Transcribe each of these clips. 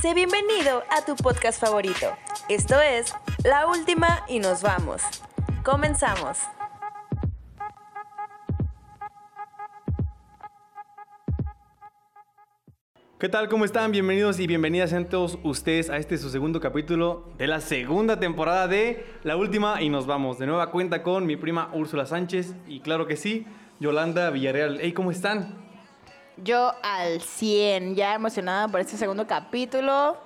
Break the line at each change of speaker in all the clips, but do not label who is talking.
Sé bienvenido a tu podcast favorito. Esto es La Última y nos vamos. Comenzamos.
¿Qué tal? ¿Cómo están? Bienvenidos y bienvenidas a todos ustedes a este su segundo capítulo de la segunda temporada de La Última y nos vamos. De nueva cuenta con mi prima Úrsula Sánchez y claro que sí, Yolanda Villarreal. Hey, ¿cómo están?
Yo al 100, ya emocionada por este segundo capítulo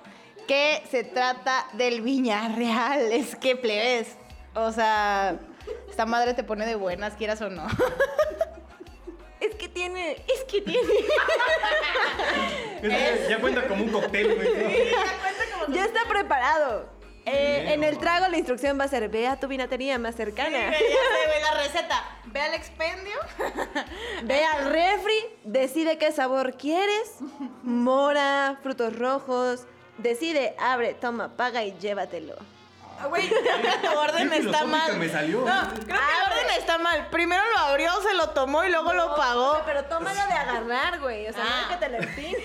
que se trata del Viñarreal. Es que plebes. O sea, esta madre te pone de buenas, quieras o no.
Es que tiene, es que tiene.
Ya cuenta como un cóctel, güey.
ya está preparado. Eh, en el trago la instrucción va a ser ve a tu vinatería más cercana.
la receta. Ve al expendio.
Ve al refri, decide qué sabor quieres. Mora, frutos rojos. Decide, abre, toma, paga y llévatelo.
Güey, creo que tu orden
Qué
está
filosófica
mal.
me salió.
No, creo que la orden está mal. Primero lo abrió, se lo tomó y luego lo
O
pagó.
sea, pero tómalo de agarrar, güey. O sea, no
Ah.
es que te lo empinen.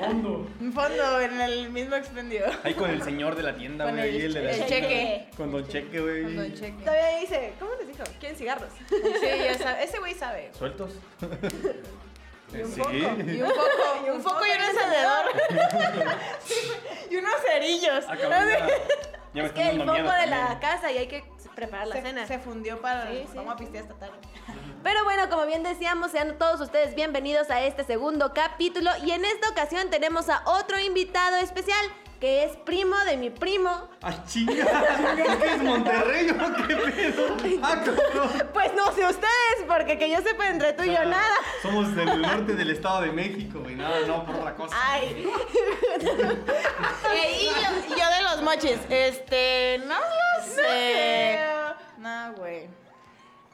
Fondo.
En fondo, en el mismo expendio.
Ahí con el señor de la tienda,
Con
güey. ahí
el-
de la
el
tienda.
cheque.
Con Don Cheque, güey.
Todavía dice, ¿cómo les dijo? ¿Quieren cigarros?
Sí, ya sabe. Ese güey sabe.
¿Sueltos? Eh, sí. Ah,
Y un foco, y un, foco y un encendedor. Sí, güey, y unos cerillos.
Acabamos ya. ya me
Es
están
que el
dando
poco
miedo
de
también.
la casa y hay que preparar la cena.
Se, se fundió para.
Sí, sí.
Vamos a pistear esta tarde.
Pero bueno, como bien decíamos, sean todos ustedes bienvenidos a este segundo capítulo y en esta ocasión tenemos a otro invitado especial que es primo de mi primo.
¡Ah, chinga! ¿Es que es Monterrey o qué pedo? ¡Ah, cabrón!
Pues no sé ustedes, porque que yo sepa entre tú y yo nada.
Somos del norte del Estado de México, güey. Nada, no, por otra cosa.
Ay. Eh, y, yo, y yo de los moches. Este, no lo sé. No, güey.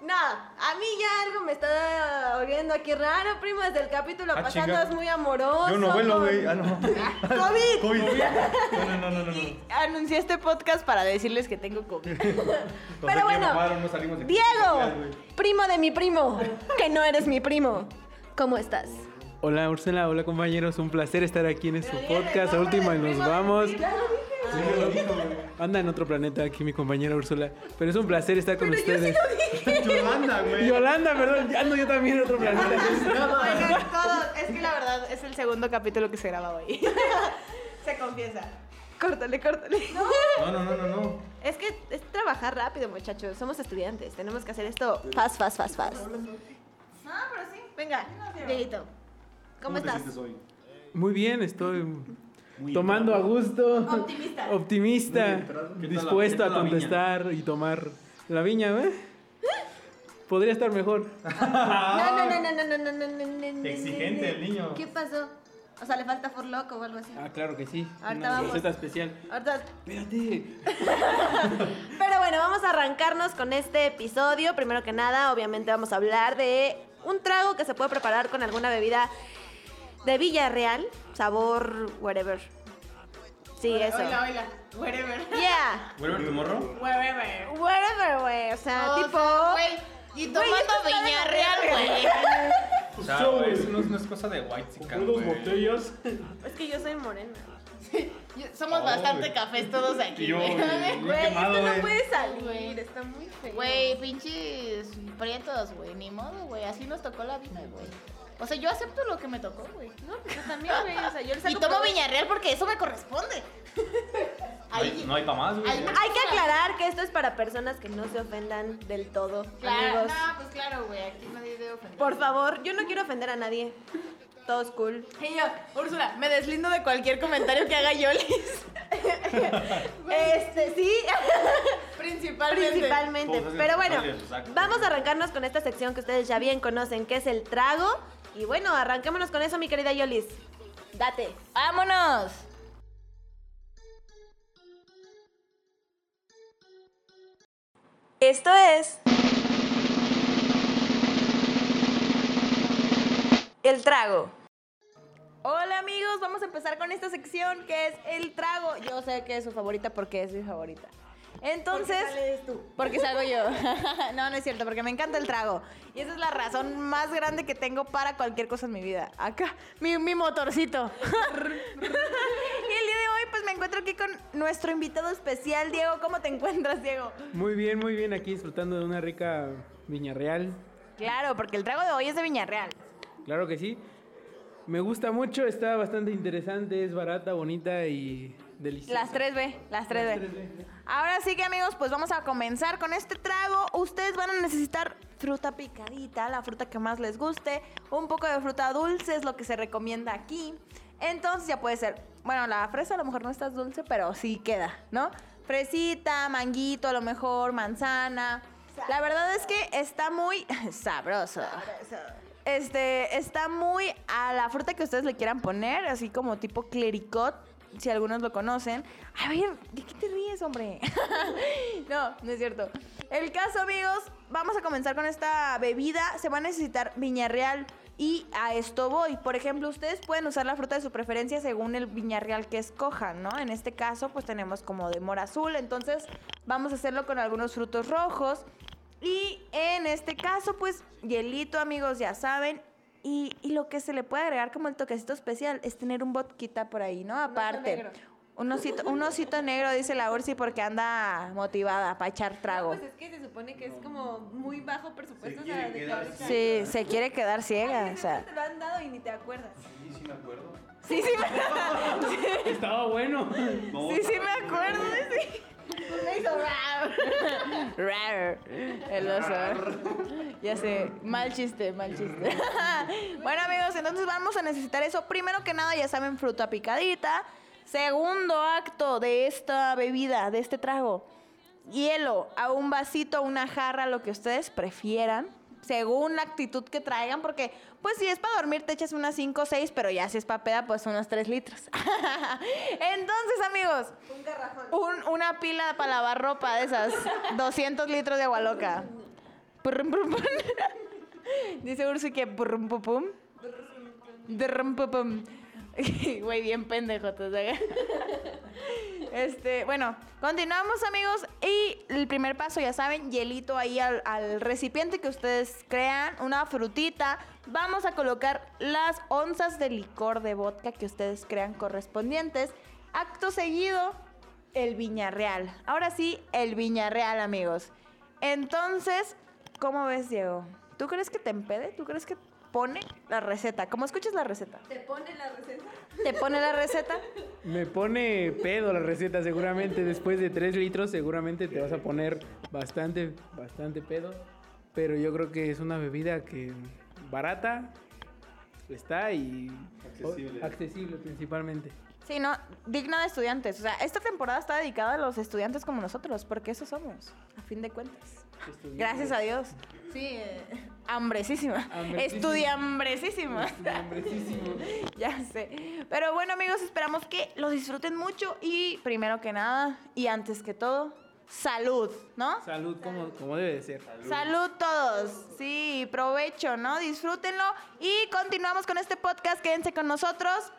No, a mí ya algo me está oliendo aquí raro, primo, desde el capítulo
Ah,
pasado
chinga.
es muy amoroso.
Yo no vuelo,
con-
güey. Ah, no.
COVID.
COVID. No, no, no, no, no.
Y anuncié este podcast para decirles que tengo COVID.
Pero bueno,
no salimos de aquí.
Diego, primo de mi primo, que no eres mi primo. ¿Cómo estás?
Hola Ursula, hola compañeros, un placer estar aquí en su
dile el
podcast. A
nombre
última
del
nos
primo del
vamos.
primo.
Sí, yo lo digo, güey.
Anda en otro planeta aquí mi compañera Úrsula, pero es un placer estar con ustedes.
Yolanda, güey.
Yolanda, perdón, ya ando yo también en otro planeta.
Oigan, todos, es que la verdad es el segundo capítulo que se graba hoy. se confiesa.
Córtale, córtale.
No, no, no, no, no.
Es que es trabajar rápido, muchachos. Somos estudiantes. Tenemos que hacer esto fast, fast, fast, fast.
No, pero sí.
Venga, Dieguito. ¿Cómo,
te
estás?
sientes hoy?
Muy bien, estoy
Muy
tomando a
bien.
gusto.
Optimista.
Oh.
Optimista,
Muy bien, pero- ¿Qué tal la-
dispuesto
qué
a
tal la viña?
contestar y tomar la viña, ¿eh? Podría estar mejor.
No, no, no, no, no, no, no, no, no, no, no,
Exigente el niño.
¿Qué pasó? O sea, le falta forloco o algo así.
Ah, claro que sí.
Ahorita Una vamos. receta
especial.
Ahorita-
Espérate.
Pero bueno, vamos a arrancarnos con este episodio. Primero que nada, obviamente vamos a hablar de un trago que se puede preparar con alguna bebida de Villarreal, sabor whatever. Sí, eso.
Oila, oila. Wherever.
Yeah.
¿Vuelve tu morro?
Wherever.
Whatever, güey. O sea, tipo
Güey, Ah, y
Güey, esto está de la
güey.
O sea, güey, eso no, es- no es cosa de white chican,
Dos
güey.
botellas.
Es que yo soy morena.
Yo- Somos
Oh,
bastante
güey.
cafés todos
Y
aquí,
yo,
güey.
güey, bien
Güey,
quemado,
esto no
güey.
puede salir.
Güey.
Está muy feo.
Güey, pinches prietos, güey. Ni modo, güey. Así nos tocó la vida, güey. O sea, yo acepto lo que me tocó, güey.
No, pues yo también, güey. O sea, yo le saco
Y tomo
provecho.
Viñarreal porque eso me corresponde.
No hay- No hay pa' más, güey.
Ay,
Hay que aclarar que esto es para personas que no se ofendan del todo, amigos.
pues claro, güey. Aquí nadie debe ofender.
Por favor, yo no quiero ofender a nadie. Todos cool.
Y yo, Úrsula, me deslindo de cualquier comentario que haga Yolis.
Este, sí,
Principalmente.
principalmente.
Todos hacen
Pero
sus
bueno,
historias, exacto.
vamos a arrancarnos con esta sección que ustedes ya bien conocen, que es el trago. Y bueno, arranquémonos con eso, mi querida Yolis. Date.
¡Vámonos!
Esto es. El trago. Hola amigos, vamos a empezar con esta sección que es el trago. Yo sé que es su favorita porque es mi favorita. Entonces,
Porque salgo yo. no, no es cierto, porque me encanta el trago. Y esa es la razón más grande que tengo para cualquier cosa en mi vida. Acá, mi, mi motorcito.
el
pues, me encuentro aquí con nuestro invitado especial, Diego. ¿Cómo te encuentras, Diego?
Muy bien, muy bien, aquí disfrutando de una rica viña real.
Claro, porque el trago de hoy es de Viñarreal.
Claro que sí. Me gusta mucho, está bastante interesante, es barata, bonita y deliciosa.
Las 3B, las 3B.
3B.
Ahora sí que amigos, pues vamos a comenzar con este trago. Ustedes van a necesitar fruta picadita, la fruta que más les guste, un poco de fruta dulce es lo que se recomienda aquí. Entonces ya puede ser, bueno, la fresa a lo mejor no está dulce, pero sí queda, ¿no? Fresita, manguito, a lo mejor manzana. La verdad es que está muy sabroso. Este, está muy a la fruta que ustedes le quieran poner, así como tipo clericot, si algunos lo conocen. A ver, ¿de qué te ríes, hombre? no, no es cierto. El caso, amigos, vamos a comenzar con esta bebida. Se va a necesitar viñarreal y a esto voy. Por ejemplo, ustedes pueden usar la fruta de su preferencia según el viñarreal que escojan, ¿no? En este caso, pues tenemos como de mora azul, entonces vamos a hacerlo con algunos frutos rojos. Y en este caso, pues, hielito, amigos, ya saben. Y, y lo que se le puede agregar como el toquecito especial es tener un vodquita por ahí, ¿no? Aparte. Un osito, un osito negro, dice la Ursi, porque anda motivada para echar trago.
Pues es que se supone que es como muy bajo presupuesto.
Se quiere
o sea, de
quedar
ahorita-
Sí, Eh, se quiere quedar ciega,
Ay,
o sea.
te lo han dado y ni te acuerdas.
Sí, sí me acuerdo.
Sí, sí,
Estaba bueno.
No,
sí, sí
no,
me
no,
acuerdo,
no,
sí. Me hizo rar. Rar. El oso. Ya sé, mal chiste, mal chiste. Bueno, amigos, entonces vamos a necesitar eso. Primero que nada, ya saben, fruta picadita. Segundo acto de esta bebida, de este trago. Hielo a un vasito, a una jarra, lo que ustedes prefieran. Según la actitud que traigan, porque pues si es para dormir te echas unas 5 o 6, pero ya si es para peda pues unos 3 litros. Entonces amigos,
Un garrafón.
un- una pila para lavar ropa de esas. 200 litros de agua loca. Purrum, purrum, pum. Dice Ursi que purrum, pum, pum. Durrum, pum, pum. Güey, bien pendejo. te saca. Este, bueno, continuamos amigos y el primer paso, ya saben, hielito ahí al, al recipiente que ustedes crean, una frutita. Vamos a colocar las onzas de licor de vodka que ustedes crean correspondientes. Acto seguido, el viñarreal. Ahora sí, el viñarreal amigos. Entonces, ¿cómo ves Diego? ¿Tú crees que te empede? ¿Tú crees que pone la receta? ¿Cómo escuchas la receta?
Te pone la receta.
¿Te pone la receta?
Me pone pedo la receta, seguramente después de 3 litros seguramente te vas a poner bastante, bastante pedo. Pero yo creo que es una bebida que barata está y
Accesible.
accesible principalmente.
Sí, no, digna de estudiantes. O sea, esta temporada está dedicada a los estudiantes como nosotros, porque eso somos, a fin de cuentas. Gracias a Dios. Sí, eh, hambresísima.
Hambrecísima.
Estudiambresísima.
Hambrecísimo.
ya sé. Pero bueno, amigos, esperamos que los disfruten mucho y primero que nada, y antes que todo, salud, ¿no?
Salud, como, como debe de ser.
Salud todos. Sí, provecho, ¿no? Disfrútenlo. Y continuamos con este podcast. Quédense con nosotros.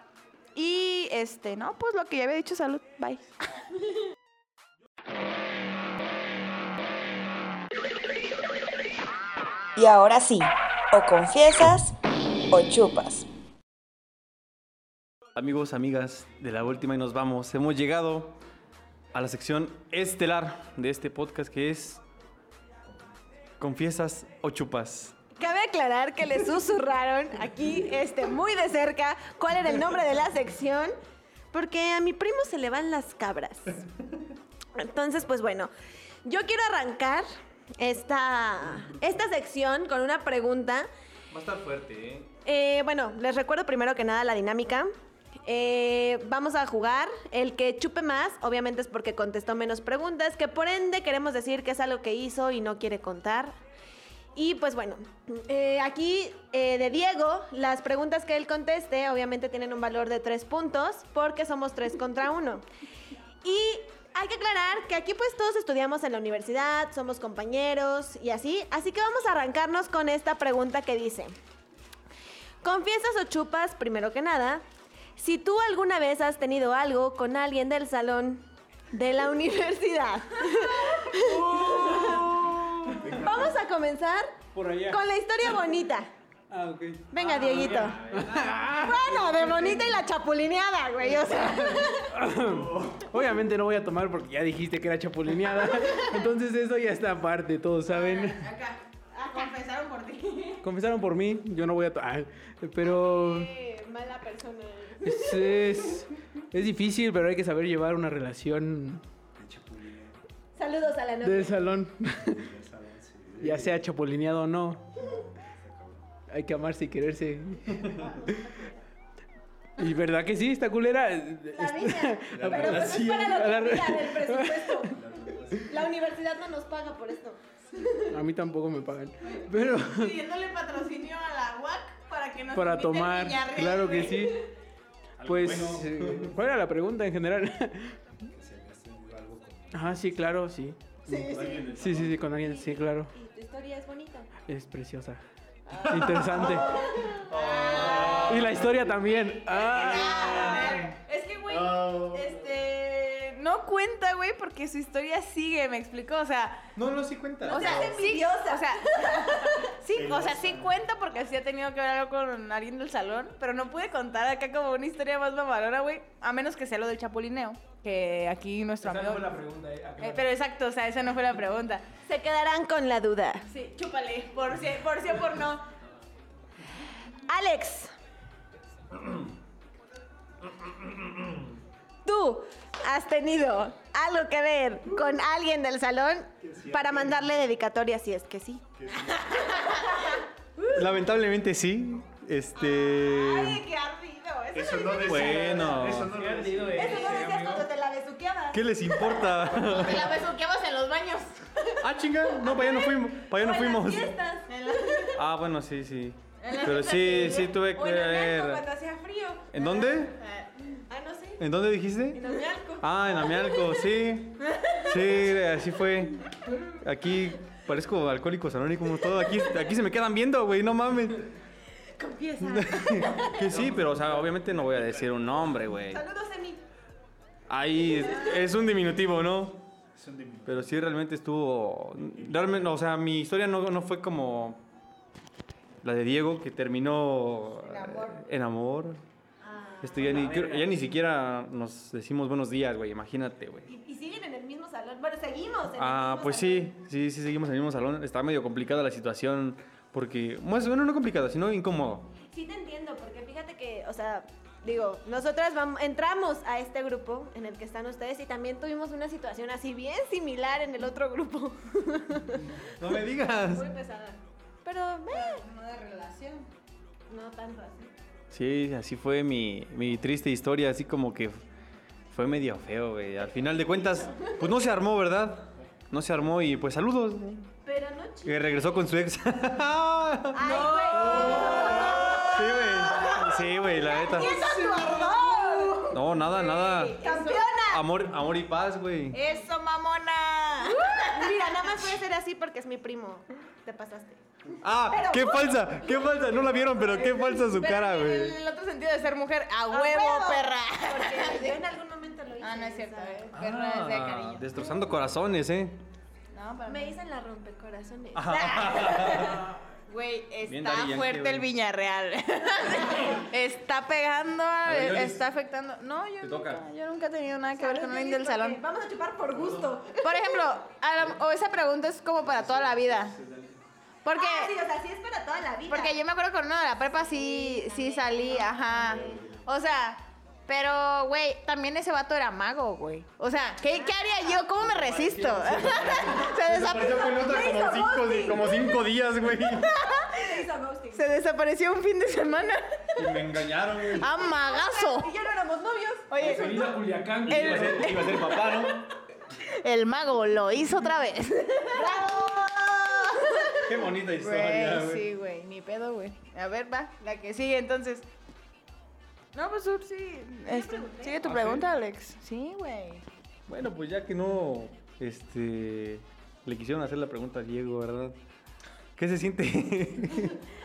Y este, no, pues lo que ya había dicho, salud. Bye.
Y ahora sí, o confiesas o chupas.
Amigos, amigas de la última y nos vamos. Hemos llegado a la sección estelar de este podcast que es Confiesas o chupas.
Cabe aclarar que le susurraron aquí, este, muy de cerca, cuál era el nombre de la sección, porque a mi primo se le van las cabras. Entonces, pues bueno, yo quiero arrancar esta, esta sección con una pregunta.
Va a estar fuerte, ¿eh?
Eh, bueno, les recuerdo primero que nada la dinámica. Eh, vamos a jugar. El que chupe más, obviamente es porque contestó menos preguntas, que por ende queremos decir que es algo que hizo y no quiere contar. Y pues bueno, eh, aquí eh, de Diego, las preguntas que él conteste obviamente tienen un valor de tres puntos porque somos tres contra uno. Y hay que aclarar que aquí pues todos estudiamos en la universidad, somos compañeros y así. Así que vamos a arrancarnos con esta pregunta que dice. Confiesas o chupas, primero que nada, si tú alguna vez has tenido algo con alguien del salón de la universidad. Vamos a comenzar
Por allá.
con la historia bonita.
Ah, ok.
Venga, Dieguito. Bueno, de
entre bonita y la chapulineada, güey. O sea,
Obviamente no voy a tomar porque ya dijiste que era chapulineada. Entonces eso ya está aparte, todos saben.
Confesaron por ti.
Confesaron por mí, yo no voy a tomar. Pero
Mala persona.
es, es, es difícil, pero hay que saber llevar una relación
Saludos a la novia.
del salón. Ya sea chapulineado o no. Hay que amarse y quererse. Y verdad que sí, esta culera.
La viña. Pero
La
pues es
relación.
para
La
lo que
re-
pida del presupuesto. La universidad no nos paga por esto.
A mí tampoco me pagan. Pero
Pidiéndole patrocinio a la UAC para que nos
para
invite al
tomar,
Villarreal,
claro que
güey.
sí. Pues, eh, ¿cuál era la pregunta en general? Ah, sí, claro, sí. Sí, sí, sí, con alguien, sí, claro.
Y tu historia es bonita. Ah.
Es preciosa. Interesante. Y la historia también. Ah.
Es que, güey, este. No cuenta, güey, porque su historia sigue, me explicó. O sea,
No, no, sí cuenta.
o sea,
seas
sí,
envidiosa.
o sea, sí, o sea, sí cuenta porque sí ha tenido que ver algo con alguien del salón, pero no pude contar acá como una historia más mamalona, güey, a menos que sea lo del chapulineo, que aquí nuestro amigo.
pregunta.
Eh, pero exacto, o sea, esa no fue la pregunta.
Se quedarán con la duda.
Sí, chúpale, por si, por si o por no.
Alex. ¿Tú has tenido algo que ver con alguien del salón para mandarle dedicatoria si es que sí?
Lamentablemente sí. Este.
Ay, qué ardido. Eso,
Eso no decía.
Bueno.
Eso no lo decía.
Eh,
Eso no decías cuando te la besuqueabas.
¿Qué les importa?
Te la besuqueabas en los baños.
ah, chinga. No, para allá no fuimos. Para allá no fuimos.
fiestas.
En la-
Ah, bueno, sí, sí.
en las
Pero
fiestas
sí,
de-
sí tuve que
o en el Alco,
ver.
cuando hacía frío.
¿En dónde?
Ah, no sé.
¿En dónde dijiste?
En Alco.
Ah, en Amialco, sí. Sí, así fue. Aquí parezco alcohólicos anónimos, todo. Aquí, aquí se me quedan viendo, güey, no mames.
Confiesa.
Que sí, pero, o sea, obviamente no voy a decir un nombre, güey.
Saludos a mí.
Ahí es, es un diminutivo, ¿no?
Es un diminutivo.
Pero sí, realmente estuvo. Realmente, o sea, mi historia no, no fue como la de Diego, que terminó eh, en amor. Ah. Esto ya ni, creo- ya ni siquiera nos decimos buenos días, güey, imagínate, güey.
Y, y siguen en el mismo salón. Bueno, seguimos. En el
Ah,
mismo
pues
salón.
sí, sí, sí, seguimos en el mismo salón. Está medio complicada la situación porque, más bueno, no complicada, sino incómodo.
Sí te entiendo, porque fíjate que, o sea, digo, nosotras vam- entramos a este grupo en el que están ustedes y también tuvimos una situación así bien similar en el otro grupo.
No me digas.
Muy pesada. Pero, eh,
No de relación.
no tanto así.
Sí, así fue mi, mi triste historia, así como que fue medio feo, güey. Al final de cuentas, pues no se armó, ¿verdad? No se armó y pues saludos. ¿no?
Pero no chicos.
Que regresó con su ex. sí, güey.
¡Ay, güey!
Sí, güey, la neta.
¡Eso es tu ardor!
No, nada, nada.
¡Campeona! Eh,
Amor, amor y paz, güey.
¡Eso, mamona!
Mira, nada más voy a hacer así porque es mi primo. Te pasaste.
Ah, qué falsa, qué falsa. No la vieron, pero qué falsa su
Pero
cara,
en
güey.
el otro sentido de ser mujer, a
¡A
huevo, perra.
Porque yo en algún momento lo hice.
Ah, no es cierto,
¿sabes?
eh. perra es de
Ah,
cariño.
Destrozando corazones, ¿eh?
No, para
Me
mí.
dicen la rompecorazones. Ah.
Güey,
Bien
está
Daddy Yankee,
fuerte
güey.
el Villarreal. está pegando, eh,
ver, Yolis.
está afectando. No, yo
Te
nunca,
toca.
yo nunca he tenido nada que ver con alguien
Saludos,
del salón.
porque Vamos a chupar por gusto.
Por ejemplo, a la- o esa pregunta es como para toda la vida. Porque,
Ah, sí, o sea, sí es para toda la vida.
porque yo me acuerdo con uno de la prepa sí, sí salí, ajá. O sea, pero, güey, también ese vato era mago, güey. O sea, ¿qué, qué haría yo? ¿Cómo me resisto? se, desap-
como cinco, como cinco días, güey.
se desapareció un fin de semana.
Y me engañaron, güey.
¡Ah, magazo!
Y ya no éramos novios.
Oye,
Culiacán.
Iba a ser, iba a ser papá, ¿no?
el mago lo hizo otra vez.
Qué bonita historia,
Güey,
güey.
sí, güey, ni pedo, güey. A ver, va, la que sigue entonces. No, pues Ups, sí. Este, sigue tu
¿Ah,
pregunta, Alex. Sí, güey.
Bueno, pues ya que no, este, le quisieron hacer la pregunta a Diego, ¿verdad? ¿Qué se siente?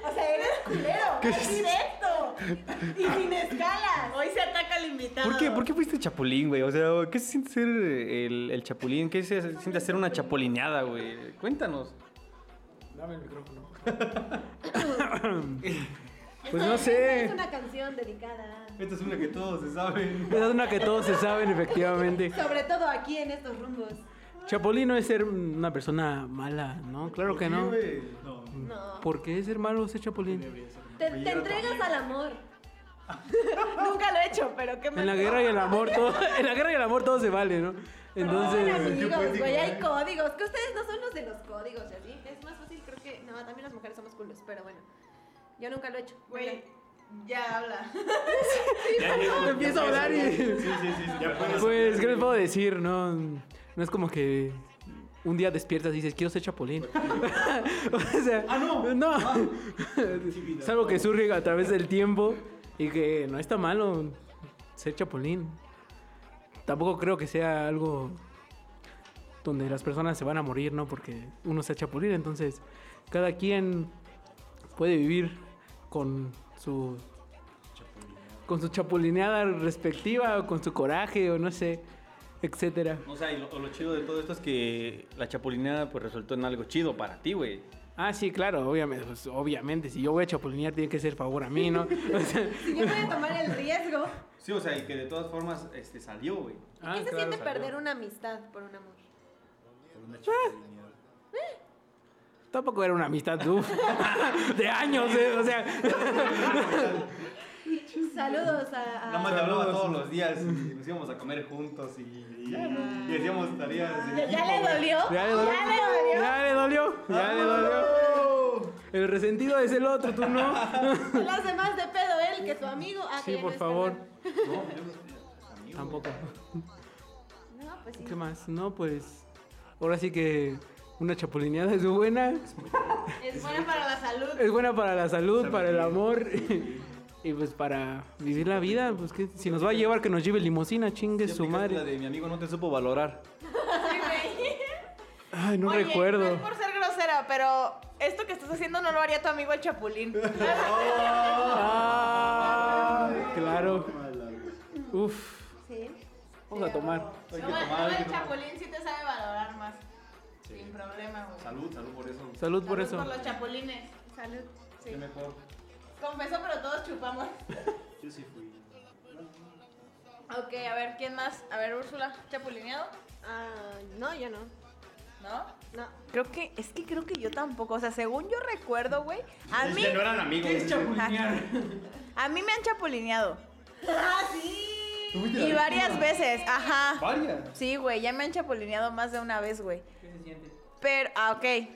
O sea, eres culero.
¿Qué?
Es directo. Y sin escalas.
Hoy se ataca el invitado.
¿Por qué, ¿Por qué fuiste chapulín, güey? O sea, ¿qué se siente ser el, el chapulín? ¿Qué se siente hacer una chapulineada, güey? Cuéntanos.
Dame el micrófono. Pues no sé.
Es una canción dedicada.
Esta es una que todos se saben.
Esa es una que todos se saben, efectivamente.
Sobre todo aquí en estos rumbos.
Chapulín no es ser una persona mala, ¿no? Claro que no.
No.
No.
¿Por qué ser malo ser Chapulín?
Te, te entregas al amor. Nunca lo he hecho, pero qué
En la guerra y el amor todo, en la guerra y el amor todo se vale, ¿no?
Hay
Entonces,
amigos, güey, hay códigos. Que ustedes no son los de los códigos, y así. Es más fácil, creo que. No, también las mujeres somos culos, pero bueno. Yo nunca lo he hecho.
Güey, ya habla.
Te empiezo a hablar y
Sí, sí, sí. Ya puedes.
pues qué les puedo decir, no no es como que un día despiertas y dices, "Quiero ser Chapulín." o sea,
Ah, no.
No. es algo que surge a través del tiempo y que no está malo ser Chapulín. Tampoco creo que sea algo donde las personas se van a morir, ¿no? Porque uno sea Chapulín, entonces cada quien puede vivir con su con su chapulineada respectiva o con su coraje o no sé, etcétera.
O sea, y lo, lo chido de todo esto es que la chapulineada pues resultó en algo chido para ti, güey.
Ah, sí, claro, obviamente, pues, obviamente, si yo voy a chapulinear tiene que ser favor a mí, ¿no? O sea,
Si yo voy a tomar el riesgo.
Sí, o sea, y que de todas formas este, salió, güey.
¿Y
Ah,
qué se siente perder una amistad por un amor?
Tampoco era una amistad uf, de años, ¿eh? o sea,
Saludos a. a-
Nada más le hablaba todos los días y nos íbamos a comer juntos y, y, y hacíamos tareas.
Ya, ya le dolió.
Ya le dolió. Ya le dolió. Ya le dolió. El resentido es el otro, tú no.
Le hace más de pedo él que tu amigo. Ah, que
Sí,
ya
por
no está.
favor. Tampoco.
No, pues sí.
¿Qué más? No, pues. Ahora sí que una chapulineada es buena.
Es buena para la salud.
Es buena para la salud, para el amor. Y pues para vivir la vida, pues que si nos va a llevar que nos lleve limosina, chingue
Ya
su
aplicaste La
madre.
de mi amigo no te supo valorar.
Ay, no
Oye, No
recuerdo.
es por ser grosera, pero esto que estás haciendo no lo haría tu amigo el Chapulín.
Ah, claro. Uf. Vamos a tomar.
Hay que
Toma-
tomar,
toma
hay
el
que tomar.
Chapulín sí te sabe valorar más. Sin problema, güey.
Salud, salud por eso.
Salud por
Salud
eso.
Por los chapulines. Salud.
Qué
Sí.
mejor.
Confeso, pero todos chupamos.
Yo sí fui.
Ok, a ver, ¿quién más? A ver, Úrsula, ¿chapulineado?
Ah, no, yo no.
¿No?
No.
Creo que, es que creo que yo tampoco. O sea, según yo recuerdo, güey, a mí,
Este no eran amigos.
a mí me han chapulineado.
¡Ah, sí!
¿Tuviste la
Y
víctima?
varias veces, ajá.
¿Varias?
Sí, güey, ya me han chapulineado más de una vez, güey. ¿Qué se siente? Pero, ah, ok. ¿Qué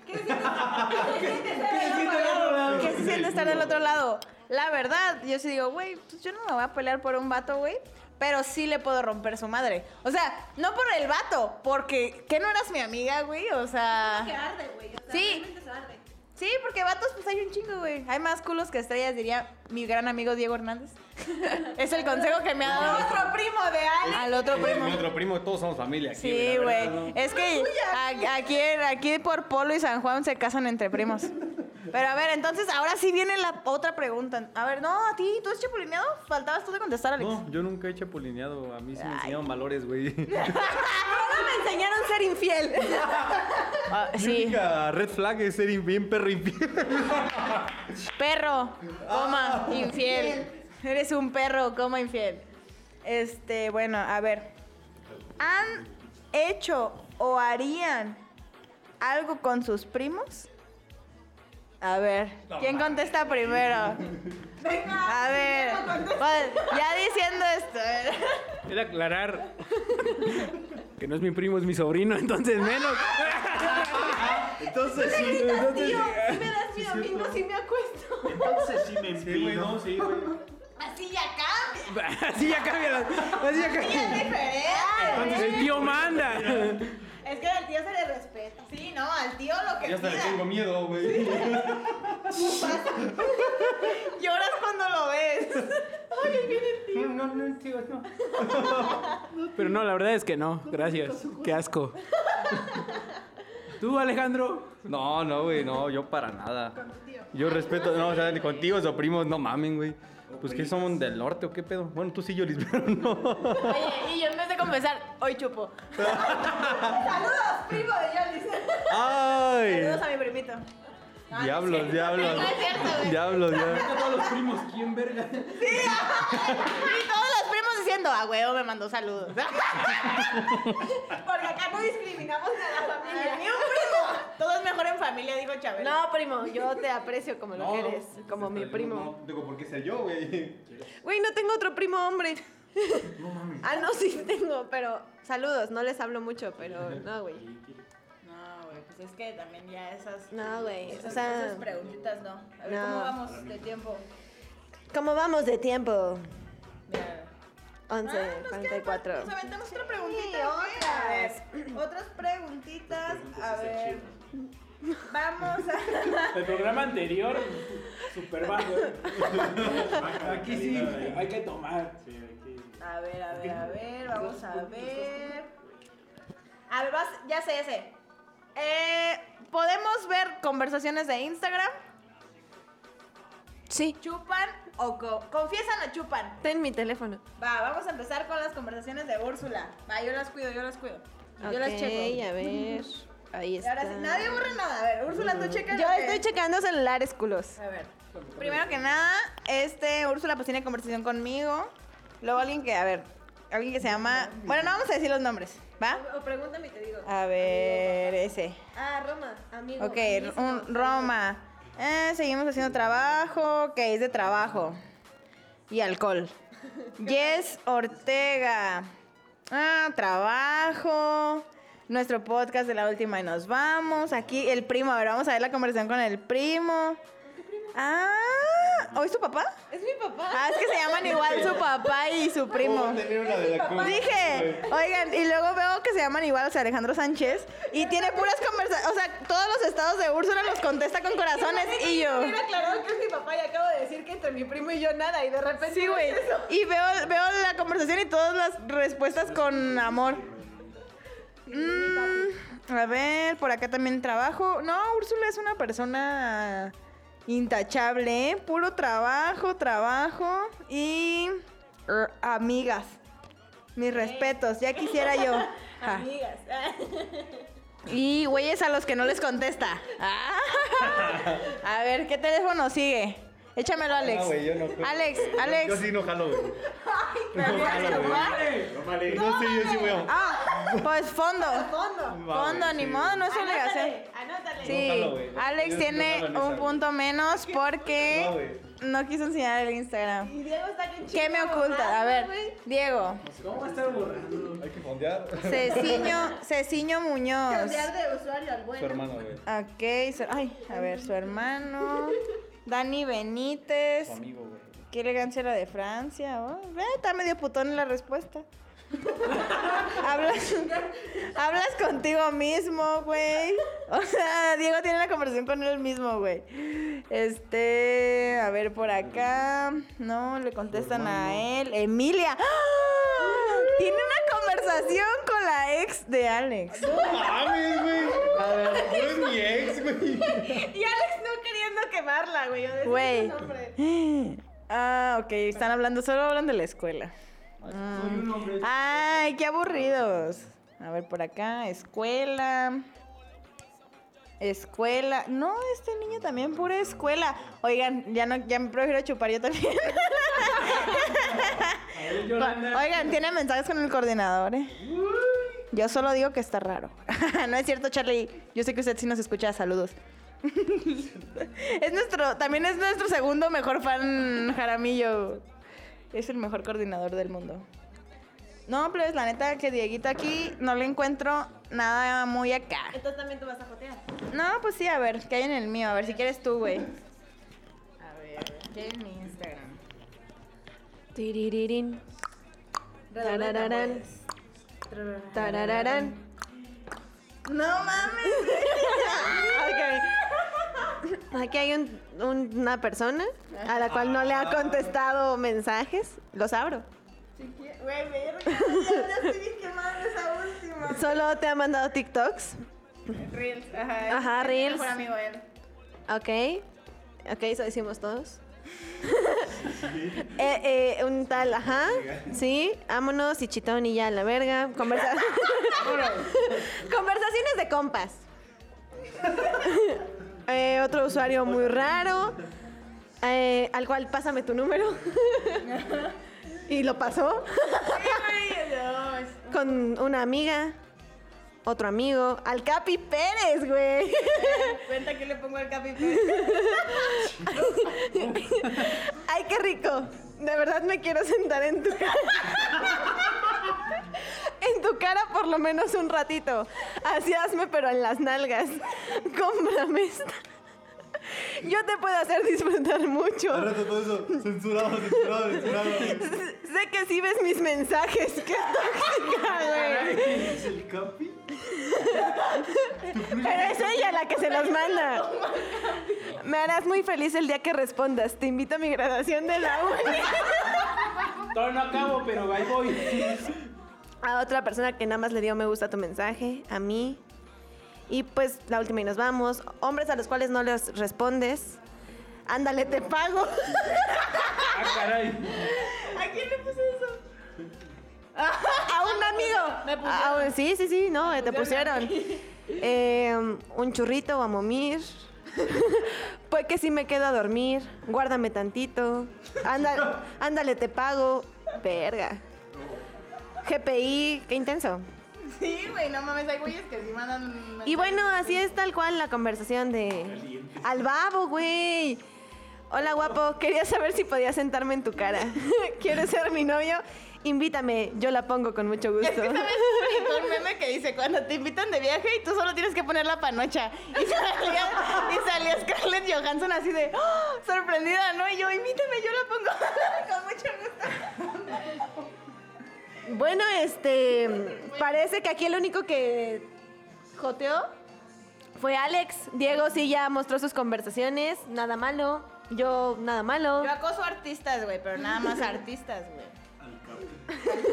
se siente estar del otro lado? La verdad, yo sí digo, güey, pues yo no me voy a pelear por un vato, güey. Pero sí le puedo romper su madre. O sea, no por el vato, porque ¿qué no eras mi amiga, güey? O
Que
sea.
arde, güey. O sea,
Sí.
realmente se arde.
Sí, porque vatos, pues hay un chingo, güey. Hay más culos que estrellas, diría mi gran amigo Diego Hernández. es el consejo que me ha dado. Al otro primo de Ale. Al otro primo.
Eh, Mi otro primo, todos somos familia aquí.
Sí,
la
güey.
verdad, ¿no?
Es que a- aquí, aquí por Polo y San Juan se casan entre primos. Pero a ver, entonces ahora sí viene la otra pregunta. A ver, no, a ti, ¿tú eres chapulineado? Faltabas tú de contestar, Alex.
No, yo nunca he chapulineado. A mí sí me
Ay.
enseñaron valores, güey.
Ahora me enseñaron a ser infiel.
Mi
Ah, sí,
única red flag es ser in- bien perro infiel.
perro, coma, Ah, infiel. Eres un perro, coma, infiel. Este, bueno, a ver. ¿Han hecho o harían algo con sus primos? A ver, ¿quién contesta primero? A ver, pues, ya diciendo esto. a ver.
Era aclarar que no es mi primo, es mi sobrino, entonces menos.
Entonces sí,
Tío, si me das mi domingo, si me acuesto.
entonces sí me empino.
sí, güey.
Así ya cambia.
Así ya cambia la, así ya
Es
cambia.
diferente.
Entonces el tío manda.
Es que al tío se le respeta. Sí, no, al tío lo que
Ya hasta le
pida.
tengo miedo, güey.
Lloras cuando lo ves.
No, no, no, tío, no.
Pero no, la verdad es que no. Gracias. Qué asco. Tú, Alejandro.
No, no, güey, no, yo para nada. Yo respeto, no, o sea, ni contigo o primos, no mamen, güey. Pues que somos del norte o qué pedo. Bueno, tú sí, yo pero no.
Oye, y yo en vez de confesar, hoy chupo.
Saludos, primo de Yolis.
Ay.
Saludos a mi primito.
Diablos, diablos. Diablos, diablos.
A todos los primos, ¿quién verga?
Y todos los primos diciendo, ah, huevo, me mandó saludos.
Porque acá no discriminamos a la familia.
Ni un primo. Todo es mejor en familia, dijo Chabelo.
No, primo, yo te aprecio como lo que eres, como mi primo.
Este, No, digo, ¿por qué ser yo, güey?
Güey, no tengo otro primo hombre. ah, no, sí tengo, pero saludos, no les hablo mucho, pero no, güey.
No, güey, pues es que también ya esas.
No, güey,
esas,
o sea-
esas preguntitas no. A ver,
No.
¿cómo vamos de tiempo?
¿Cómo vamos de tiempo?
Mira.
11,
Ah, nos queda-
44.
Nos aventamos otra preguntita.
Sí,
¿o qué? A
otras.
ver, otras preguntitas. A ver. Vamos a.
El programa anterior, super bajo.
Aquí sí, hay que tomar.
A ver, a ver, a ver, vamos a ver. A ver, vas, ya sé, ya sé. Eh, ¿Podemos ver conversaciones de Instagram?
Sí,
¿Chupan o co- confiesan o chupan?
ten mi teléfono.
Va, vamos a empezar con las conversaciones de Úrsula. Va, yo las cuido, yo las cuido. Yo las
Ok,
checo.
a ver. Ahí
Y
está.
ahora sí, nadie borra nada. A ver, Úrsula, tú checas.
Yo
lo que-
estoy checando celulares, culos.
A ver. Primero que nada, este Úrsula pues tiene conversación conmigo. Luego alguien que, a ver, alguien que se llama. Bueno, no vamos a decir los nombres, ¿va?
O pregúntame y te digo.
A ver, ese.
Ah, Roma, amigo.
Ok, un Roma. Eh, seguimos haciendo trabajo. Ok, es de trabajo. Y alcohol. Jess Ortega. Ah, trabajo. Nuestro podcast de la última y nos vamos. Aquí el primo. A ver, vamos a ver la conversación con el primo. Ah, ¿hoy su papá?
Es mi papá.
Ah, es que se llaman igual su papá y su primo.
una Oh, de la cola.
Dije, oigan, y luego veo que se llaman igual, o sea, Alejandro Sánchez, y tiene puras conversaciones, o sea, todos los estados de Úrsula los contesta con corazones y yo.
aclarado que es mi papá y acabo de decir que entre mi primo y yo nada y de repente.
Sí, güey. Y veo, veo la conversación y todas las respuestas con amor. Mm, a ver, por acá también trabajo. No, Úrsula es una persona intachable, ¿eh? Puro trabajo, trabajo y er, amigas. Mis respetos, ya quisiera yo. Ja.
Amigas.
Y güeyes a los que no les contesta. Ah. A ver, ¿qué teléfono sigue? Échamelo, Alex.
No, güey, yo no creo.
Alex,
Yo-
Alex.
Yo sí no jalo, güey.
¿Pero
No,
quieres
no, güey.
chupar?
No, sí, yo sí voy a...
Ah, pues fondo.
Fondo.
Va,
Fondo,
güey,
ni
sí.
modo, no es obligación.
Anótale.
Sí,
No jalo, güey.
Alex
Yo sí no
tiene
jalo en esa,
un
güey.
punto menos
No,
porque
güey.
no quiso enseñar el Instagram.
Y Diego está bien
¿Qué me oculta? A ver, Diego.
¿Cómo está borrando?
Hay que fondear.
Ceciño, Ceciño Muñoz.
de usuario al
Su hermano, güey.
Ok, su- ay, a ver, su hermano. Dani Benítez.
Su amigo, güey.
Qué elegancia la de Francia. oh. Eh, está medio putón la respuesta. hablas, hablas contigo mismo, güey. O sea, Diego tiene la conversación con él mismo, güey. Este, a ver por acá. No, le contestan a él. Emilia. ¡Ah! Tiene una conversación con la ex de Alex.
No mames, güey. No es mi ex, güey.
Y Alex no queriendo quemarla, güey. yo decía,
Güey.
"No, hombre".
Ah, ok, están hablando, solo hablan de la escuela.
Soy un hombre.
Ay, qué aburridos. A ver, por acá, escuela. Escuela. No, este niño también pura escuela. Oigan, ya no, ya me prefiero chupar yo también.
Ahí, Yolanda.
Oigan, tiene mensajes con el coordinador, eh. Yo solo digo que está raro. no es cierto, Charlie. Yo sé que usted sí nos escucha. Saludos. es nuestro, también es nuestro segundo mejor fan, Jaramillo. Es el mejor coordinador del mundo. No, pero es la neta que Dieguito aquí no le encuentro nada muy acá.
Entonces también tú vas a jotear.
No, pues sí, a ver, ¿qué hay en el mío? A ver, si quieres tú, güey. A ver, ¿qué hay en mi Instagram?
Tiriririn. Tarararán. Tarararán.
No mames.
Aquí hay un- un- una persona a la cual no le ha contestado mensajes. Los abro.
Güey, me ya estoy bien quemada de esa última.
Solo te ha mandado TikToks.
Reels, ajá.
Ajá,
Es mi
Reels.
Mejor amigo él.
Ok. Ok, eso decimos todos. Eh, eh, un tal, ajá. Sí, vámonos y chitón y ya, la verga. Conversa- Conversaciones de compas. Eh, otro usuario muy raro, eh, al cual pásame tu número. y lo pasó. Con una amiga, otro amigo, al Capi Pérez, güey.
Cuenta que le pongo al capi.
Ay, qué rico. De verdad me quiero sentar en tu cara. En tu cara por lo menos un ratito. Así hazme, pero en las nalgas. Cómprame esta. Yo te puedo hacer disfrutar mucho.
Al rato todo eso, censurado, censurado, censurado.
Sé que sí ves mis mensajes. Qué tóxica, güey.
¿Es el capi?
Pero es ella la que se los manda. Me harás muy feliz el día que respondas. Te invito a mi graduación de la uni.
Todo no acabo, pero ahí voy.
a otra persona que nada más le dio me gusta a tu mensaje, a mí. Y pues la última y nos vamos. Hombres a los cuales no les respondes. Ándale, te pago.
Ah, caray.
¿A quién le puse eso?
a un amigo.
Me pusieron.
A un- Ah, sí, sí, sí, no, te pusieron. Eh, un churrito o a momir. pues que si me quedo a dormir. Guárdame tantito. Ándale, ándale te pago. Verga. GPI, qué intenso.
Sí, güey, no mames, hay güeyes que sí mandan.
Y bueno, así es tal cual la conversación de... Al babo, güey. Hola, guapo. Quería saber si podía sentarme en tu cara. ¿Quieres ser mi novio? Invítame. Yo la pongo con mucho gusto.
Es que sabes, Güey, con un meme que dice, cuando te invitan de viaje y tú solo tienes que poner la panocha. Y salía, y salía Scarlett Johansson así de, "¡Ah!", sorprendida, ¿no? Y yo, invítame, yo la pongo con mucho gusto.
Bueno, este... Parece que aquí el único que joteó fue Alex. Diego sí ya mostró sus conversaciones. Nada malo. Yo, nada malo.
Yo acoso artistas, güey, pero nada más artistas, güey.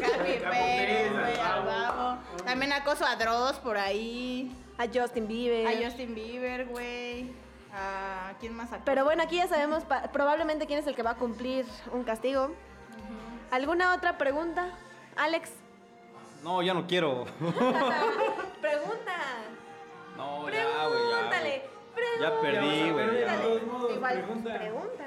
Al Capi Pérez, güey, al Babo. También acoso a Dross por ahí.
A Justin Bieber.
A Justin Bieber, güey. ¿A quién más acoso?
Pero bueno, aquí ya sabemos pa- probablemente quién es el que va a cumplir un castigo. ¿Alguna otra pregunta? Alex,
No, ya no quiero.
pregunta.
No, ya, güey. ya,
Pregúntale.
güey. Ya perdí, güey. ya.
pregúntale. Igual, pregunta.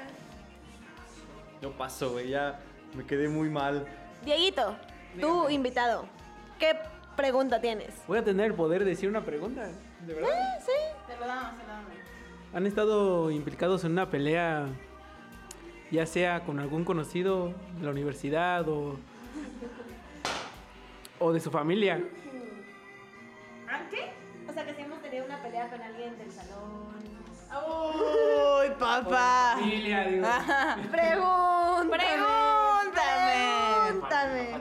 Yo paso, güey. Ya me quedé muy mal.
Dieguito, tú invitado, ¿qué pregunta tienes?
Voy a tener el poder de decir una pregunta. De verdad.
Te lo damos, te lo damos.
¿Han estado implicados en una pelea, ya sea con algún conocido de la universidad o, o de su familia?
¿Qué? O sea, que si hemos tenido una pelea con alguien del salón.
Uy, papá.
Familia, digo.
Pregúntame.
Pregúntame.
Pregúntame.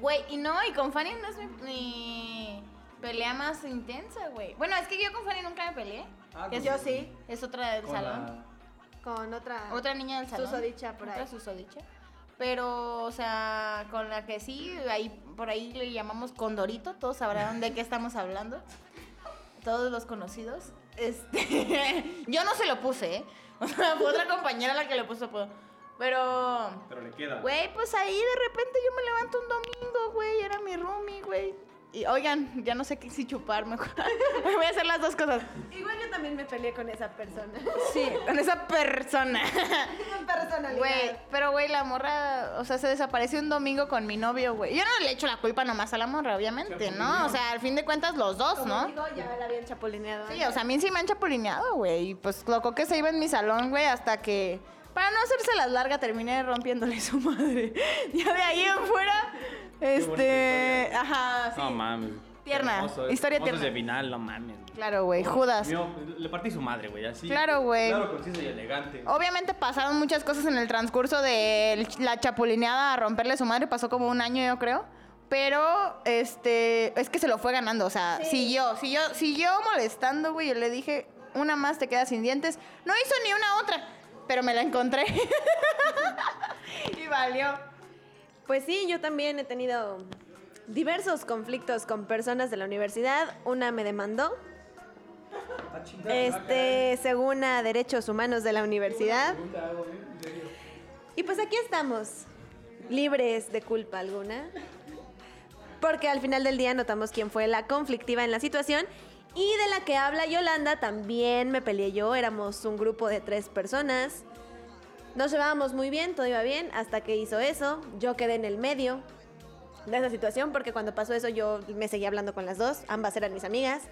Güey, y no, y con Fanny no es mi, mi pelea más intensa, güey. Bueno, es que yo con Fanny nunca me peleé. Es-
Yo sí,
Es otra del salón.
con otra.
Otra niña del salón.
Susodicha por
Otra
ahí.
susodicha. Pero, o sea, con la que sí, ahí, por ahí le llamamos Condorito, todos sabrán de qué estamos hablando. Todos los conocidos. Este, yo no se lo puse, ¿eh? O sea, fue otra compañera la que le puso apodo. Pero,
Pero le queda.
güey, pues ahí de repente yo me levanto un domingo, güey, era mi roomie, güey. Y oigan, ya no sé qué si chuparme. Voy a hacer las dos cosas.
Igual yo también me peleé con esa persona.
Sí, con esa persona.
personalidad.
Güey, pero güey, la morra, o sea, se desapareció un domingo con mi novio, güey. Yo no le echo la culpa nomás a la morra, obviamente, ¿no? O sea, al fin de cuentas, los dos,
Como
¿no?
digo, ya la habían chapulineado.
Sí, o sea, a mí sí me han chapulineado, güey. Y pues loco que se iba en mi salón, güey, hasta que. Para no hacerse las largas, terminé rompiéndole su madre. Ya de ahí en fuera, este. Ajá, sí.
No mames.
Tierna,
Hermoso, eh.
historia
Hermosos
tierna.
de final, no mames.
Claro, güey, Judas.
Mío, pues, le partí su madre, güey, así.
Claro, güey. Oh.
Claro, conciso y elegante.
Obviamente pasaron muchas cosas en el transcurso de el- la chapulineada a romperle su madre. Pasó como un año, yo creo. Pero, este, es que se lo fue ganando. O sea, siguió, siguió, siguió molestando, güey. Yo le dije, una más te quedas sin dientes. No hizo ni una otra, pero me la encontré. y valió.
Pues sí, yo también he tenido diversos conflictos con personas de la universidad. Una me demandó. Este, según a Derechos Humanos de la Universidad. Y pues aquí estamos, libres de culpa alguna. Porque al final del día notamos quién fue la conflictiva en la situación Y de la que habla Yolanda también me peleé yo. Éramos un grupo de tres personas. Nos llevábamos muy bien, todo iba bien, hasta que hizo eso. Yo quedé en el medio de esa situación porque cuando pasó eso yo me seguía hablando con las dos. Ambas eran mis amigas.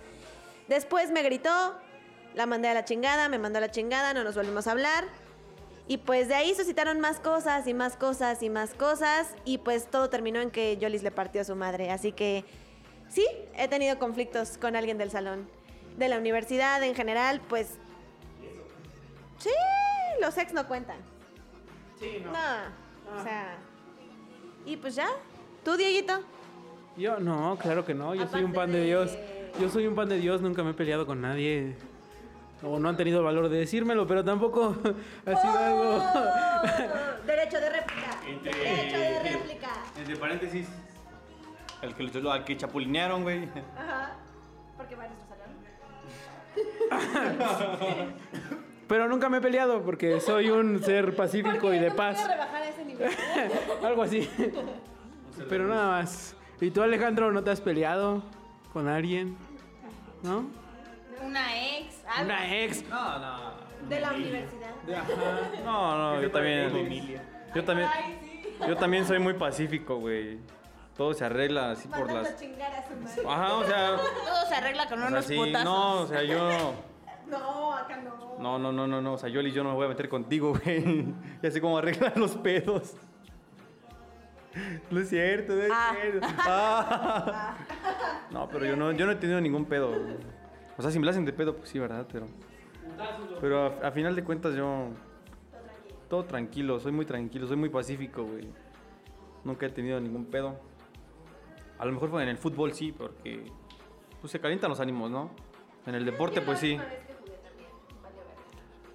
Después me gritó, la mandé a la chingada, me mandó a la chingada, no nos volvimos a hablar. Y pues de ahí suscitaron más cosas y más cosas y más cosas. Y pues todo terminó en que Jolis le partió a su madre. Así que sí, he tenido conflictos con alguien del salón. De la universidad en general, pues. Sí, los ex no cuentan. Sí, no. o sea. Y pues ya. ¿Tú, Dieguito?
Yo no, claro que no. Yo soy un
Aparte
pan de
de-
Dios. Yo soy un pan de Dios, nunca me he peleado con nadie. O no han tenido el valor de decírmelo, pero tampoco ha
Pues
sido algo.
Oh, Derecho de réplica.
Entre-
Derecho de réplica.
Entre paréntesis. Al que, al que chapulinearon, güey.
Ajá. Porque va a nuestro salón.
Pero nunca me he peleado porque soy un ser pacífico y de
Voy a
paz.
rebajar a ese nivel.
Algo así. Pero nada más. ¿Y tú, Alejandro, no te has peleado con alguien? ¿No?
Una ex.
Ah,
Una ex.
No, no.
De la universidad.
No, no, yo también. Yo también. Yo también soy muy pacífico, güey. Todo se arregla así por
Mandando
las.
a chingar a su madre.
Ajá, o sea.
Todo se arregla con
o sea,
unos
sí,
putazos.
no, o sea, yo.
No, acá no.
No, no, no, no, no. O sea, yo y yo no me voy a meter contigo, güey. Ya sé cómo arreglar los pedos. No es cierto, no es cierto. Ah. No, pero yo no, yo no he tenido ningún pedo. güey. O sea, si me la hacen de pedo, pues sí, ¿verdad? Pero. Pero a, a final de cuentas yo. Todo tranquilo, soy muy tranquilo, soy muy pacífico, güey. Nunca he tenido ningún pedo. A lo mejor en el fútbol sí, porque. Pues se calientan los ánimos, ¿no? En el deporte, pues sí.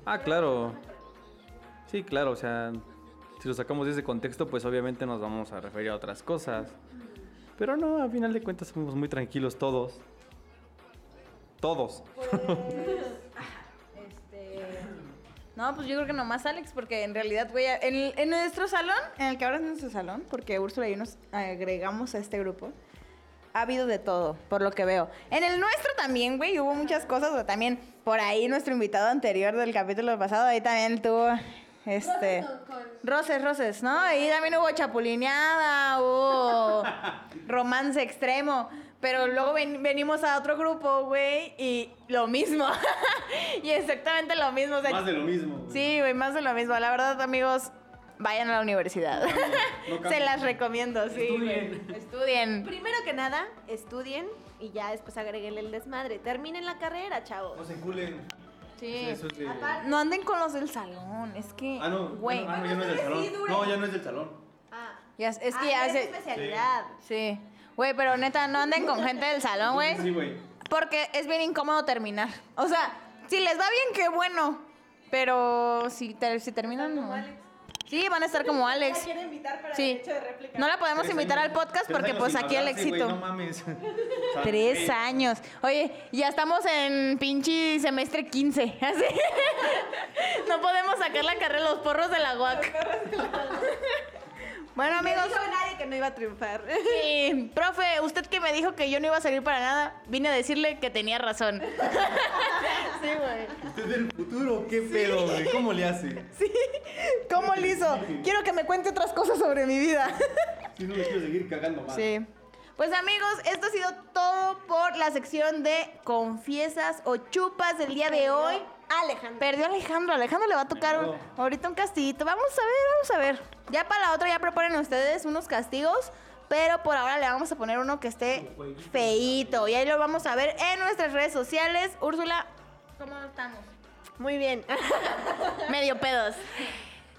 Ah, claro. Sí, claro, o sea, si lo sacamos de ese contexto, pues obviamente nos vamos a referir a otras cosas. Pero no, a final de cuentas somos muy tranquilos todos. Todos.
No, pues yo creo que nomás Alex, porque en realidad, güey, en, en nuestro salón, en el que ahora es nuestro salón, porque Úrsula y yo nos agregamos a este grupo, ha habido de todo, por lo que veo. En el nuestro también, güey, hubo muchas cosas, o también por ahí nuestro invitado anterior del capítulo pasado, ahí también tuvo, este... Roces, roces, ¿no? Ahí también hubo chapulineada, hubo romance extremo. Pero luego ven- venimos a otro grupo, güey, y lo mismo. y exactamente lo mismo. o sea,
Más de lo mismo. güey.
Sí, güey, más de lo mismo. La verdad, amigos, vayan a la universidad.
no
Se
cambien.
las recomiendo, sí. Estudien. Estudien.
Primero que nada, estudien y ya después agréguenle el desmadre. Terminen la carrera, chavos.
No se culen.
Sí.
Eso es de-
Aparte-
No anden con los del salón, es que.
Ah, no.
Güey.
bueno, ah, no, ya no es del
Bueno,
salón.
sí, dure.
No, ya no es del salón.
Ah.
Ya- es
Ah,
que ya
eres
se-
especialidad.
Sí. Güey, pero neta, no anden con gente del salón, güey.
Sí, güey.
Porque es bien incómodo terminar. O sea, si les va bien, qué bueno. Pero si, ter- si terminan. no. Sí, van a estar como Alex. Sí. No la podemos
Tres
invitar al
años-
podcast
tres
porque
años
pues
sin
aquí el
hablarse, güey,
éxito.
No mames. O sea,
Tres
güey,
años. Oye, ya estamos en pinche semestre 15. Así. No podemos sacar la carrera los porros de la UAC. Bueno, amigos.
No dijo nadie que no iba a triunfar.
Sí, Eh, profe, usted que me dijo que yo no iba a salir para nada, vine a decirle que tenía razón. sí, güey.
¿Usted del futuro? ¿Qué pedo, güey? ¿Cómo le hace?
¿Cómo lo hizo? Quiero que me cuente otras cosas sobre mi vida.
Si no, le quiero seguir cagando más.
Sí. Pues amigos, esto ha sido todo por la sección de confiesas o chupas del día de hoy.
Alejandro.
Perdió Alejandro, Alejandro le va a tocar
Perdió.
ahorita un castiguito. Vamos a ver, vamos a ver. Ya para la otra ya proponen ustedes unos castigos, pero por ahora le vamos a poner uno que esté feíto. Y ahí lo vamos a ver en nuestras redes sociales. Úrsula, ¿cómo estamos?
Muy bien.
Medio pedos.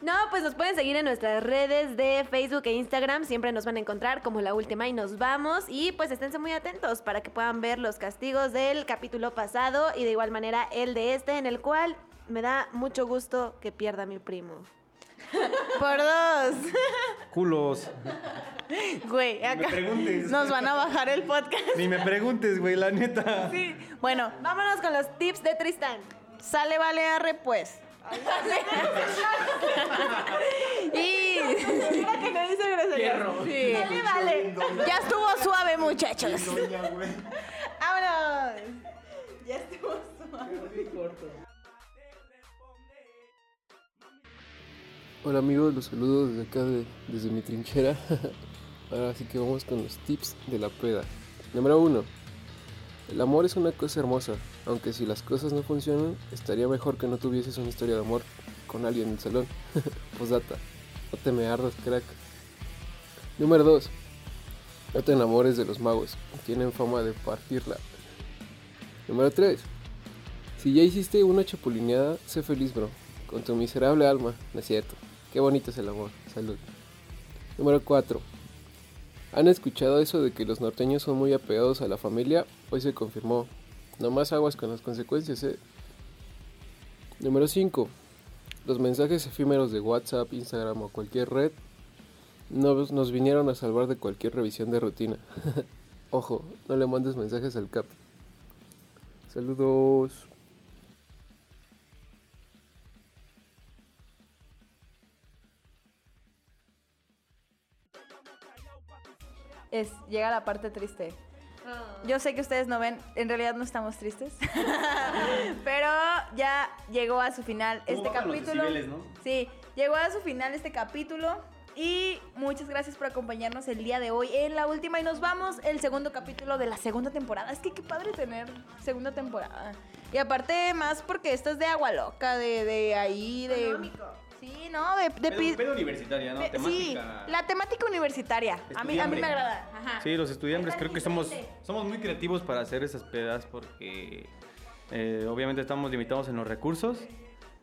No, pues nos pueden seguir en nuestras redes de Facebook e Instagram. Siempre nos van a encontrar como la última y nos vamos. Y pues esténse muy atentos para que puedan ver los castigos del capítulo pasado y de igual manera el de este, en el cual me da mucho gusto que pierda mi primo.
Por dos. Este
Culos.
Güey, acá
preguntes.
nos van a bajar el podcast.
Ni me preguntes, güey, la neta.
Sí. Bueno,
Vámonos con los tips de Tristan.
Sale, vale, arre, pues. y
Mira que no dice groserías.
Sí.
Dale, vale.
ya estuvo suave, muchachos.
Doña, güey.
Vámonos.
Ya estuvo
Muy corto.
Hola amigos, los saludo desde acá, de- desde mi trinchera. Ahora sí que vamos con los tips de la peda. Número 1. El amor es una cosa hermosa, aunque si las cosas no funcionan, estaría mejor que no tuvieses una historia de amor con alguien del salón. Posdata, no te me ardas, crack. Número 2. No te enamores de los magos, tienen fama de partirla. Número 3. Si ya hiciste una chapulineada, sé feliz, bro. Con tu miserable alma, no es cierto. Qué bonito es el amor. Salud. Número 4. ¿Han escuchado eso de que los norteños son muy apegados a la familia? Hoy se confirmó. No más aguas con las consecuencias, eh. Número 5. Los mensajes efímeros de WhatsApp, Instagram o cualquier red nos, nos vinieron a salvar de cualquier revisión de rutina. Ojo, no le mandes mensajes al CAP. Saludos.
Es, llega la parte triste. Yo sé que ustedes no ven, en realidad no estamos tristes. Pero ya llegó a su final este
bajan los
capítulo.
decibeles, ¿no?
Sí, llegó a su final este capítulo. Y muchas gracias por acompañarnos el día de hoy en la última. Y nos vamos el segundo capítulo de la segunda temporada. Es que qué padre tener segunda temporada. Y aparte, más porque esto es de agua loca, de, de ahí, de. Sí, no, de, de pi-
Pedo, pedo universitaria, ¿no?
de- sí,
Temática.
la temática universitaria. A mí, a mí
Estudiambre.
me agrada. Ajá.
Sí, los estudiantes
Está
creo que somos,
diferente.
somos muy creativos para hacer esas pedas porque eh, obviamente estamos limitados en los recursos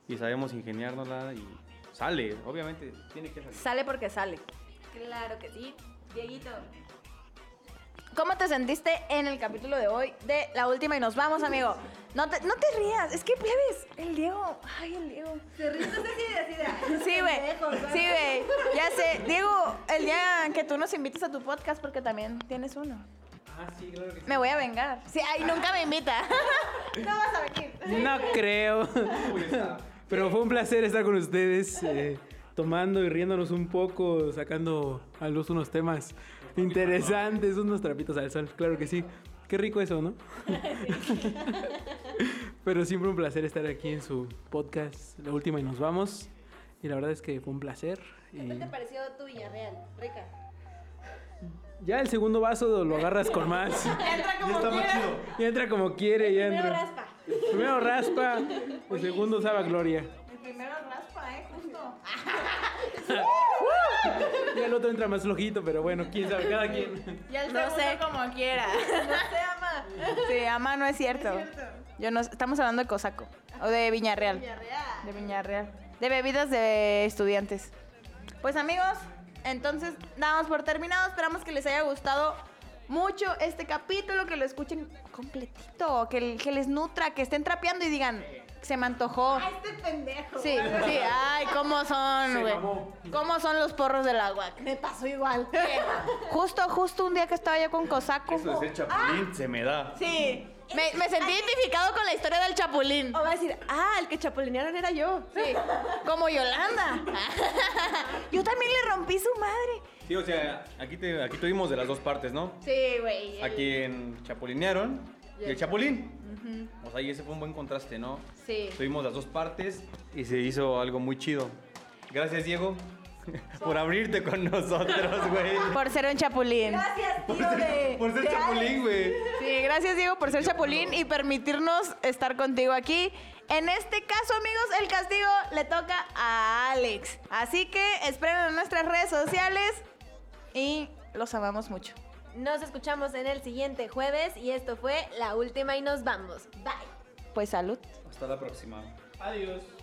y sabemos ingeniárnosla y sale, obviamente tiene que salir.
Sale porque sale.
Claro que sí. Dieguito.
¿Cómo te sentiste en el capítulo de hoy de La Última y nos vamos, amigo? No te, no te rías, es que plebes, el Diego, ay, el Diego.
Se ríe, no sé si decida.
Sí, güey, sí, güey, ya sé. Diego, el día que tú nos invites a tu podcast, porque también tienes uno.
Ah, sí, claro que sí.
Me voy a vengar. Sí, ay, nunca me invita. No vas a venir.
No creo. Pero fue un placer estar con ustedes, eh, tomando y riéndonos un poco, sacando a luz unos temas interesantes, unos trapitos al sol, claro que sí. Qué rico eso, ¿no? Pero siempre un placer estar aquí en su podcast, la última y nos vamos. Y la verdad es que fue un placer. y
¿Qué te pareció tu Villarreal? Rica.
ya el segundo vaso lo agarras con más.
Ya está más chido.
Ya entra como quiere, ya
Primero
entra.
raspa.
Primero raspa, el segundo sabe a gloria.
El primero raspa, ¿eh? Justo.
Y el otro entra más flojito, pero bueno, quién sabe, cada quien.
Ya el no sé. como quiera. No sé, ama. Sí, ama no es cierto. Yo no, estamos hablando de Cosaco. O de Viñarreal. De Viñarreal. De bebidas de estudiantes. Pues amigos, entonces damos por terminado. Esperamos que les haya gustado mucho este capítulo, que lo escuchen completito, que, que les nutra, que estén trapeando y digan, se me antojó.
Este pendejo.
Sí, sí, ay, cómo son, güey. Cómo son los porros del agua. Me pasó igual. Justo, justo un día que estaba yo con Cosaco.
Eso de ser chapulín se me da.
Sí. Me, me sentí identificado con la historia del chapulín.
O va a decir, ah, el que chapulinearon era yo.
Sí. Como Yolanda. Yo también le rompí su madre.
Sí, o sea, aquí, te, aquí tuvimos de las dos partes, ¿no?
Sí, güey.
A quien chapulinearon y el chapulín. O sea, y ese fue un buen contraste, ¿no?
Sí.
Tuvimos las dos partes y se hizo algo muy chido. Gracias, Diego, por abrirte con nosotros, güey.
Por ser un chapulín.
Gracias, tío de.
Por ser
de Alex.
chapulín, güey.
Sí, gracias Diego por ser chapulín y permitirnos estar contigo aquí. En este caso, amigos, el castigo le toca a Alex. Así que esperen en nuestras redes sociales y los amamos mucho.
Nos escuchamos en el siguiente jueves y esto fue la última y nos vamos. Bye.
Pues salud.
Hasta la próxima.
Adiós.